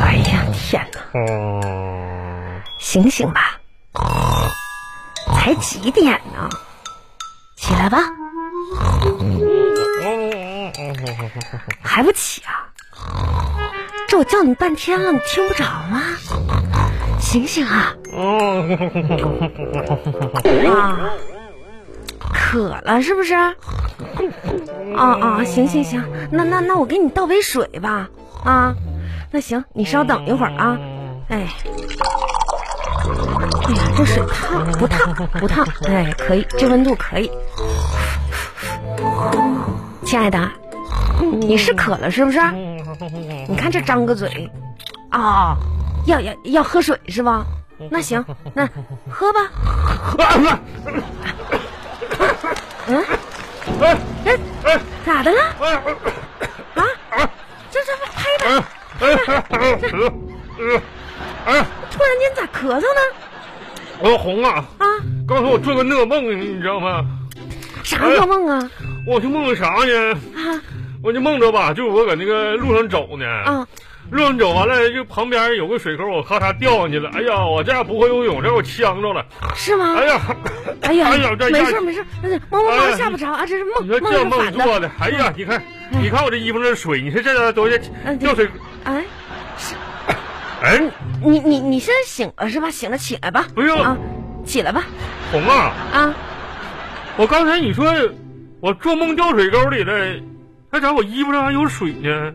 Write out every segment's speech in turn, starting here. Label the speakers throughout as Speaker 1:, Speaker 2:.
Speaker 1: 哎呀，天哪！
Speaker 2: 嗯，
Speaker 1: 醒醒吧，才几点呢？起来吧，还不起啊？这我叫你半天啊了，你听不着吗？醒醒啊！啊，渴了是不是？啊啊，行行行，那那那我给你倒杯水吧。啊，那行，你稍等一会儿啊。哎，哎呀，这水烫不烫？不烫，哎，可以，这温度可以。亲爱的，你是渴了是不是？你看这张个嘴，啊、要要要喝水是吧？那行，那喝吧。嗯，哎，咋的了？啊，这这拍拍，突然间咋咳嗽呢？
Speaker 2: 我红啊！
Speaker 1: 啊，
Speaker 2: 刚才我做个那个梦，你知道吗？
Speaker 1: 啥噩梦啊？
Speaker 2: 我就梦着啥呢？
Speaker 1: 啊
Speaker 2: 我就梦着吧，就是我搁那个路上走呢，
Speaker 1: 啊，
Speaker 2: 路上走完了，就旁边有个水沟，我咔嚓掉上去了。哎呀，我这样不会游泳，这我呛着了。
Speaker 1: 是吗
Speaker 2: 哎？呀，
Speaker 1: 哎呀
Speaker 2: 哎呀，，这
Speaker 1: 没
Speaker 2: 下
Speaker 1: 事没事，那是猫猫
Speaker 2: 哎
Speaker 1: 猫
Speaker 2: 呀
Speaker 1: 吓不着啊，这是
Speaker 2: 你
Speaker 1: 梦
Speaker 2: 说
Speaker 1: 梦
Speaker 2: 这
Speaker 1: 是
Speaker 2: 梦
Speaker 1: 反的。
Speaker 2: 做的，哎呀，你看，你看我这衣服那水，你说这东西
Speaker 1: 嗯对
Speaker 2: 掉水，
Speaker 1: 哎，
Speaker 2: 哎，
Speaker 1: 你你你现在醒了是吧？醒了起来吧。
Speaker 2: 不用
Speaker 1: 啊，起来吧
Speaker 2: 红啊！
Speaker 1: 啊。
Speaker 2: 我刚才你说我做梦掉水沟里了，那咋我衣服上还有水呢？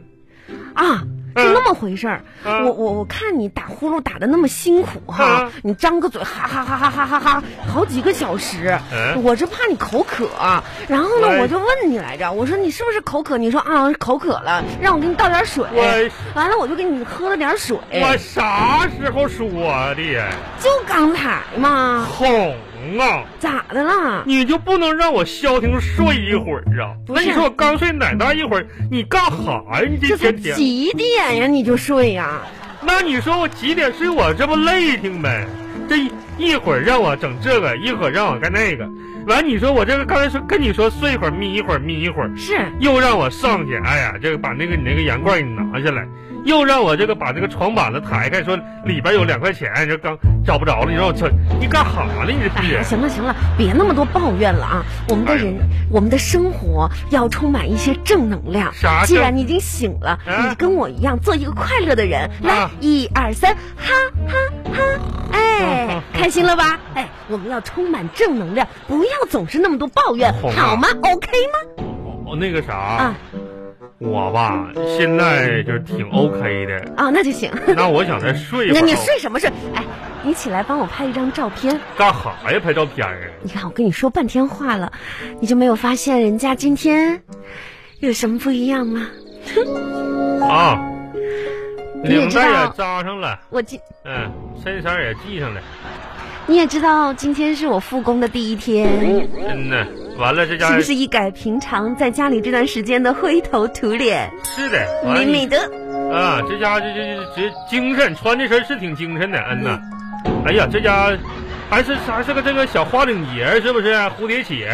Speaker 1: 啊，是那么回事儿。
Speaker 2: 嗯
Speaker 1: 我我我看你打呼噜打的那么辛苦哈
Speaker 2: 嗯，
Speaker 1: 你张个嘴哈哈哈哈哈哈哈，好几个小时。
Speaker 2: 嗯
Speaker 1: 我这怕你口渴，啊然后呢
Speaker 2: 哎
Speaker 1: 我就问你来着，我说你是不是口渴？你说啊口渴了，让我给你倒点水
Speaker 2: 我。
Speaker 1: 完了我就给你喝了点水，
Speaker 2: 我啥时候说的呀？
Speaker 1: 就刚才嘛，
Speaker 2: 红啊！
Speaker 1: 咋的啦？
Speaker 2: 你就不能让我消停睡一会儿啊？
Speaker 1: 不
Speaker 2: 那
Speaker 1: 是
Speaker 2: 你说我刚睡奶大一会儿，你干哈呀？你
Speaker 1: 这
Speaker 2: 这
Speaker 1: 才
Speaker 2: 天天，
Speaker 1: 几点呀？你就睡呀？
Speaker 2: 那你说我几点睡？我这不累挺呗？这一一会儿让我整这个，一会儿让我干那个，完你说我这个刚才说跟你说睡一会儿眯一会儿眯一会儿，
Speaker 1: 是
Speaker 2: 又让我上去，哎呀，这个把那个你那个盐罐你拿下来，又让我这个把这个床板子抬开，说里边有两块钱，这刚找不着了，你让我这你干哈呢？你这
Speaker 1: 哎
Speaker 2: 逼
Speaker 1: 呀，
Speaker 2: 人！
Speaker 1: 行了行了，别那么多抱怨了啊！我们的
Speaker 2: 哎
Speaker 1: 人，我们的生活要充满一些正能量。
Speaker 2: 啥
Speaker 1: 既
Speaker 2: 正
Speaker 1: 然你已经醒了，
Speaker 2: 啊
Speaker 1: 你跟我一样做一个快乐的人。来
Speaker 2: 啊，
Speaker 1: 一二三，哈哈哈！
Speaker 2: 啊
Speaker 1: 哎，开心了吧？哎，我们要充满正能量，不要总是那么多抱怨，
Speaker 2: 好啊
Speaker 1: 好吗？OK 吗？
Speaker 2: 哦，那个啥，
Speaker 1: 啊
Speaker 2: 我吧现在就挺 OK 的，
Speaker 1: 啊，那就行。
Speaker 2: 那我想再睡一会
Speaker 1: 那
Speaker 2: 儿。
Speaker 1: 你睡什么睡？哎，你起来帮我拍一张照片。
Speaker 2: 干哈呀？拍照片啊？
Speaker 1: 你看，我跟你说半天话了，你就没有发现人家今天有什么不一样吗？
Speaker 2: 啊，
Speaker 1: 你也
Speaker 2: 领
Speaker 1: 知
Speaker 2: 带也
Speaker 1: 道
Speaker 2: 扎上了，
Speaker 1: 我今
Speaker 2: 嗯，衬衫也系上了，
Speaker 1: 你也知道，今天是我复工的第一
Speaker 2: 哎
Speaker 1: 天，
Speaker 2: 真的。完了，这家
Speaker 1: 是不是一改平常在家里这段时间的灰头土脸，
Speaker 2: 是的，完了
Speaker 1: 美
Speaker 2: 你
Speaker 1: 美的？
Speaker 2: 啊，这家这这这这精神，穿这身是挺精神的，嗯呐。哎呀，这家还是还是个这个小花领结，是不是蝴蝶结？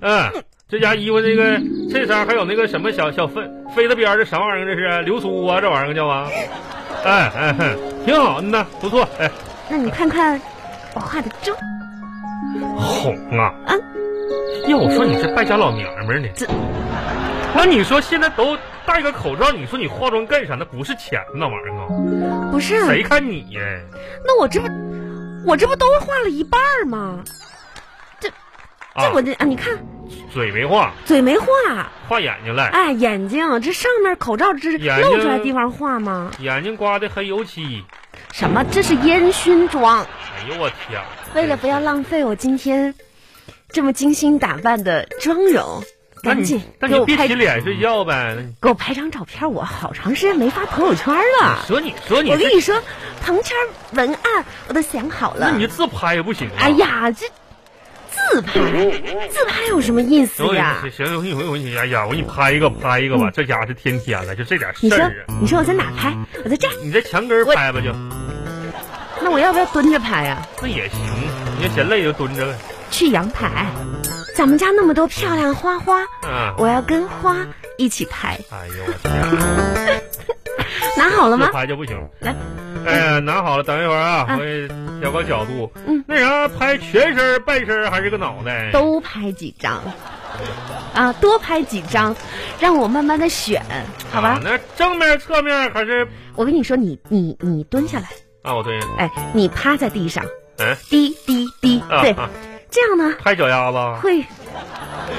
Speaker 2: 嗯，这家衣服这个衬衫还有那个什么小小飞飞的边儿，这啥玩意儿？这是流苏啊，这玩意儿叫啊？哎哎，哼挺好，嗯呐，不错。哎，
Speaker 1: 那你看看我画的妆，
Speaker 2: 哄啊！
Speaker 1: 嗯
Speaker 2: 要我说你这败家老娘们儿呢？
Speaker 1: 这
Speaker 2: 那你说现在都戴个口罩，你说你化妆干啥？那不是钱那玩意儿
Speaker 1: 嗯
Speaker 2: 啊？
Speaker 1: 不是？
Speaker 2: 谁看你呀？
Speaker 1: 那我这不，我这不都画了一半儿吗？
Speaker 2: 啊
Speaker 1: 这我这啊，你看
Speaker 2: 嘴没画，
Speaker 1: 嘴没画，
Speaker 2: 画眼睛了，
Speaker 1: 哎，眼睛这上面口罩这
Speaker 2: 眼睛
Speaker 1: 露出来地方画吗？
Speaker 2: 眼睛刮的黑油漆。
Speaker 1: 什么？这是烟熏妆。
Speaker 2: 哎呦我天！
Speaker 1: 为了不要浪费我今天这么精心打扮的妆容，
Speaker 2: 那
Speaker 1: 赶
Speaker 2: 你
Speaker 1: 紧
Speaker 2: 那
Speaker 1: 给
Speaker 2: 你
Speaker 1: 我
Speaker 2: 别
Speaker 1: 拍
Speaker 2: 洗脸睡觉呗。那你
Speaker 1: 给我拍张照片，我好长时间没发朋友圈了。
Speaker 2: 说你说你
Speaker 1: 我跟
Speaker 2: 这，
Speaker 1: 你说，朋友圈文案我都想好
Speaker 2: 那
Speaker 1: 了
Speaker 2: 你。就自拍也不行啊。
Speaker 1: 哎呀，这自拍，自拍有什么意思
Speaker 2: 行，我
Speaker 1: 呀嗯
Speaker 2: 行？行，我给你我给你哎呀，我给你拍一个拍一个吧，这家伙是天天了，就这点
Speaker 1: 你
Speaker 2: 事
Speaker 1: 说
Speaker 2: 儿啊。，
Speaker 1: 你说我在哪拍？我在这儿。
Speaker 2: 你在墙根儿
Speaker 1: 我
Speaker 2: 拍吧就，
Speaker 1: 那我要不要蹲着拍呀、
Speaker 2: 那也行。你要嫌累就蹲着呗。
Speaker 1: 去阳台，咱们家那么多漂亮花花，
Speaker 2: 啊，
Speaker 1: 我要跟花一起拍，
Speaker 2: 哎呦我天，
Speaker 1: 拿好了
Speaker 2: 自
Speaker 1: 吗？
Speaker 2: 拍就不行。
Speaker 1: 来，
Speaker 2: 哎呀，拿好了，等一会儿啊，
Speaker 1: 嗯
Speaker 2: 我调个角度。
Speaker 1: 嗯
Speaker 2: 那啥，拍全身儿、半身儿还是个脑袋？
Speaker 1: 都拍几张，啊，多拍几张，让我慢慢的选，好
Speaker 2: 啊
Speaker 1: 吧？
Speaker 2: 那正面、侧面还是
Speaker 1: 我跟你说，你你你蹲下来，
Speaker 2: 啊？我对，
Speaker 1: 哎，你趴在地上，
Speaker 2: 嗯，
Speaker 1: 滴滴滴，
Speaker 2: 啊
Speaker 1: 对，
Speaker 2: 啊，
Speaker 1: 这样呢
Speaker 2: 拍脚丫子。
Speaker 1: 会，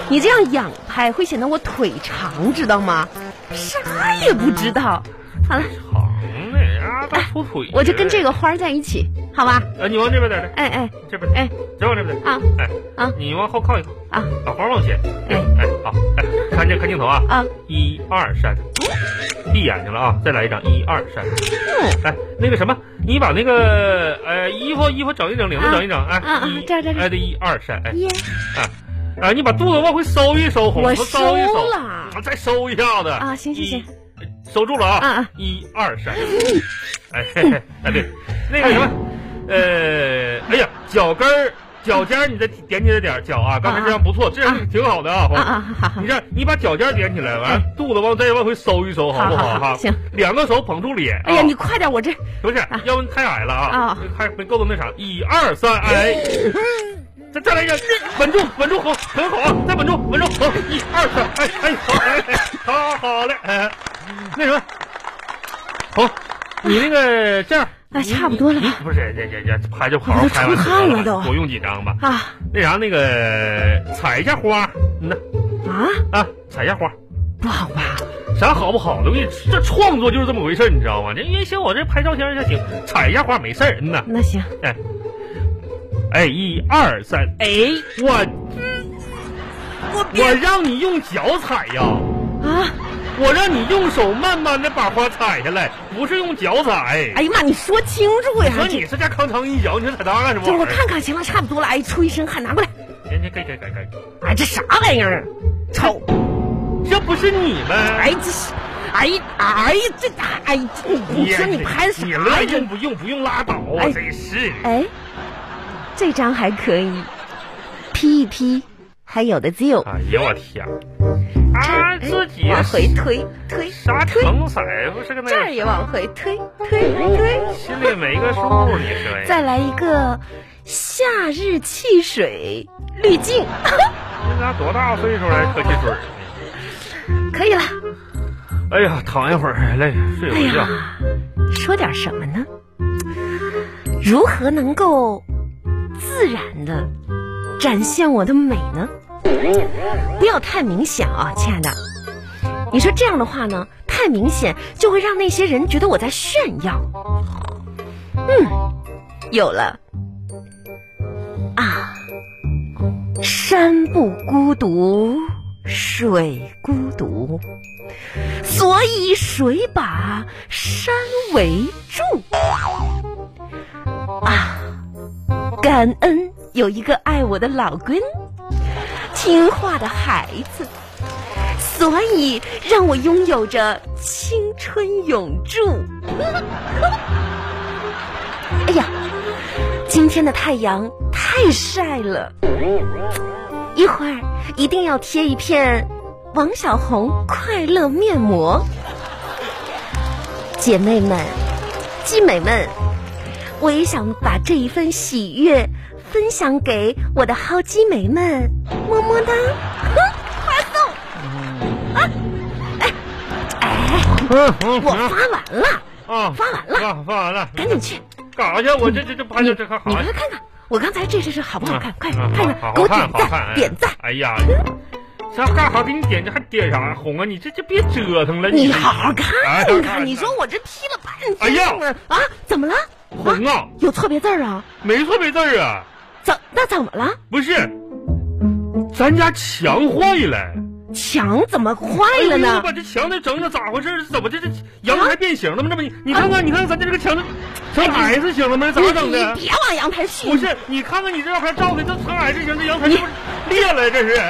Speaker 1: 你这样仰拍会显得我腿长，知道吗？啥也不知道。好了，
Speaker 2: 长的呀，大粗腿。
Speaker 1: 我就跟这。个花儿在一起，好吧？
Speaker 2: 啊，你往这边点儿来，
Speaker 1: 哎哎
Speaker 2: 这边，
Speaker 1: 哎，
Speaker 2: 再往这边点儿。
Speaker 1: 啊
Speaker 2: 哎
Speaker 1: 啊
Speaker 2: 你往后靠一靠，
Speaker 1: 啊
Speaker 2: 把花往前。
Speaker 1: 哎
Speaker 2: 哎，好，哎，看这看镜头啊，
Speaker 1: 啊！
Speaker 2: 一二三，闭眼睛了啊，再来一张，一二三。
Speaker 1: 嗯
Speaker 2: 哎，那个什么，你把那个呃衣服衣服整一整，领子整一整，哎，
Speaker 1: 啊啊
Speaker 2: 一
Speaker 1: 这儿这儿这儿
Speaker 2: 哎，对，一二三，哎，
Speaker 1: 耶，
Speaker 2: 啊啊，你把肚子往回收一收，
Speaker 1: 我
Speaker 2: 红头收一
Speaker 1: 收
Speaker 2: 收
Speaker 1: 了
Speaker 2: 嗯再收一下子
Speaker 1: 啊行行
Speaker 2: 一
Speaker 1: 行，
Speaker 2: 收住了
Speaker 1: 啊
Speaker 2: 啊
Speaker 1: 啊，
Speaker 2: 一二三，哎嘿嘿哎对，那个什么，呃，哎呀，脚跟儿。脚尖儿，你再点起来点儿脚啊！刚才这样不错，这样挺好的啊。
Speaker 1: 啊
Speaker 2: 红
Speaker 1: 啊，好好
Speaker 2: 你这样，你把脚尖儿点起来，完了肚子往再往回收一收，好不
Speaker 1: 好好
Speaker 2: 好哈？
Speaker 1: 好，行。
Speaker 2: 两个手捧住脸。
Speaker 1: 哎
Speaker 2: 啊
Speaker 1: 呀，你快点，我这
Speaker 2: 不是，要不然太矮了啊
Speaker 1: 啊，
Speaker 2: 还没够到那啥。一二三，哎，再再来一个，稳住，稳住，好，很好啊，再稳住，稳住，好，一二三，哎哎，好，哎哎，好好嘞，哎，那什么，好，你那个这样，
Speaker 1: 哎
Speaker 2: 你
Speaker 1: 差不多了吧
Speaker 2: 你不是，这这这拍就好
Speaker 1: 我
Speaker 2: 好
Speaker 1: 都
Speaker 2: 拍完
Speaker 1: 出汗了
Speaker 2: 就好
Speaker 1: 都
Speaker 2: 多用几张吧。
Speaker 1: 啊
Speaker 2: 那啥，那个采一下花，嗯呐
Speaker 1: 啊，
Speaker 2: 啊，采一下花。
Speaker 1: 不好吧？
Speaker 2: 啥好不好的？我跟你说这创作就是这么回事儿，你知道吗？这因为像我这拍照片儿就行，采一下花没事儿，嗯呐。
Speaker 1: 那行，
Speaker 2: 哎，哎，一二三，哎，我
Speaker 1: 我
Speaker 2: 我让你用脚踩呀，
Speaker 1: 啊！
Speaker 2: 我让你用手慢慢的把花踩下来，不是用脚踩。
Speaker 1: 哎呀妈，你说清楚呀！
Speaker 2: 你说
Speaker 1: 这
Speaker 2: 你这家扛长一脚，哎你说踩它干什么
Speaker 1: 这
Speaker 2: 玩意
Speaker 1: 我
Speaker 2: 儿？
Speaker 1: 看看，行了，差不多了。哎，出一身汗，拿过来。
Speaker 2: 人家给给给给，
Speaker 1: 哎，这啥玩意儿？瞅，
Speaker 2: 这不是你们？
Speaker 1: 哎这是，哎哎这哎，这你你说你拍啥
Speaker 2: 你乐
Speaker 1: 呀？
Speaker 2: 用不用不用拉倒啊
Speaker 1: 哎！
Speaker 2: 真是的，
Speaker 1: 哎，这张还可以，P 一 P，还有的就
Speaker 2: 哎呀我天，啊
Speaker 1: 哎
Speaker 2: 自己
Speaker 1: 往回推推
Speaker 2: 啥
Speaker 1: 推，
Speaker 2: 成色不是个那
Speaker 1: 这儿也往回推推推，
Speaker 2: 心里没个数，你说呀？
Speaker 1: 再来一个夏日汽水滤镜，
Speaker 2: 这家多大岁数了，喝汽水儿呢？
Speaker 1: 可以了。
Speaker 2: 哎呀，躺一会儿，累，睡
Speaker 1: 哎
Speaker 2: 会儿觉。
Speaker 1: 呀，说点什么呢？如何能够自然的展现我的美呢？不要太明显啊，亲爱的。你说这样的话呢，太明显就会让那些人觉得我在炫耀。嗯，有了啊，山不孤独，水孤独。所以水把山围住。啊，感恩有一个爱我的老公，听话的孩子，所以让我拥有着青春永驻。 哎呀，今天的太阳太晒了。一会儿一定要贴一片王小红快乐面膜。 姐妹们、鸡美们，我也想把这一份喜悦分享给我的好鸡美们，么么哒！ 哼发送啊！哎哎，
Speaker 2: 嗯嗯
Speaker 1: 我发完了，
Speaker 2: 啊，
Speaker 1: 发完了
Speaker 2: 啊，发完了，
Speaker 1: 赶紧去，
Speaker 2: 干啥去？我这这这拍
Speaker 1: 你
Speaker 2: 这
Speaker 1: 你
Speaker 2: 这干
Speaker 1: 过
Speaker 2: 啥
Speaker 1: 来
Speaker 2: 哎呀？
Speaker 1: 看看，我刚才这这是好不好看？
Speaker 2: 啊
Speaker 1: 快
Speaker 2: 啊
Speaker 1: 看看
Speaker 2: 好，
Speaker 1: 给
Speaker 2: 好
Speaker 1: 我
Speaker 2: 看，
Speaker 1: 点
Speaker 2: 好看，哎
Speaker 1: 赞，点赞！
Speaker 2: 哎呀，这干啥？给你点这还点啥？红啊，你这这别折腾了，
Speaker 1: 你
Speaker 2: 这
Speaker 1: 好好看
Speaker 2: 哎
Speaker 1: 一看，你说我这 P 了半天
Speaker 2: 哎
Speaker 1: 呢啊？怎么了？啊，
Speaker 2: 红啊，
Speaker 1: 有错别字儿啊？
Speaker 2: 没错没字儿啊，
Speaker 1: 怎那怎么了？
Speaker 2: 不是，咱家墙坏了。
Speaker 1: 墙怎么坏
Speaker 2: 哎呦
Speaker 1: 了呢？
Speaker 2: 把这墙这整整咋回事儿？怎么这这阳台变形了吗？这不你你看看你看看咱这这个墙这成 S 型了吗？咋
Speaker 1: 你
Speaker 2: 整的？
Speaker 1: 你别往阳台去！
Speaker 2: 不是，你看看你这照片照的，这成 S 型，这阳台这不是裂了？这是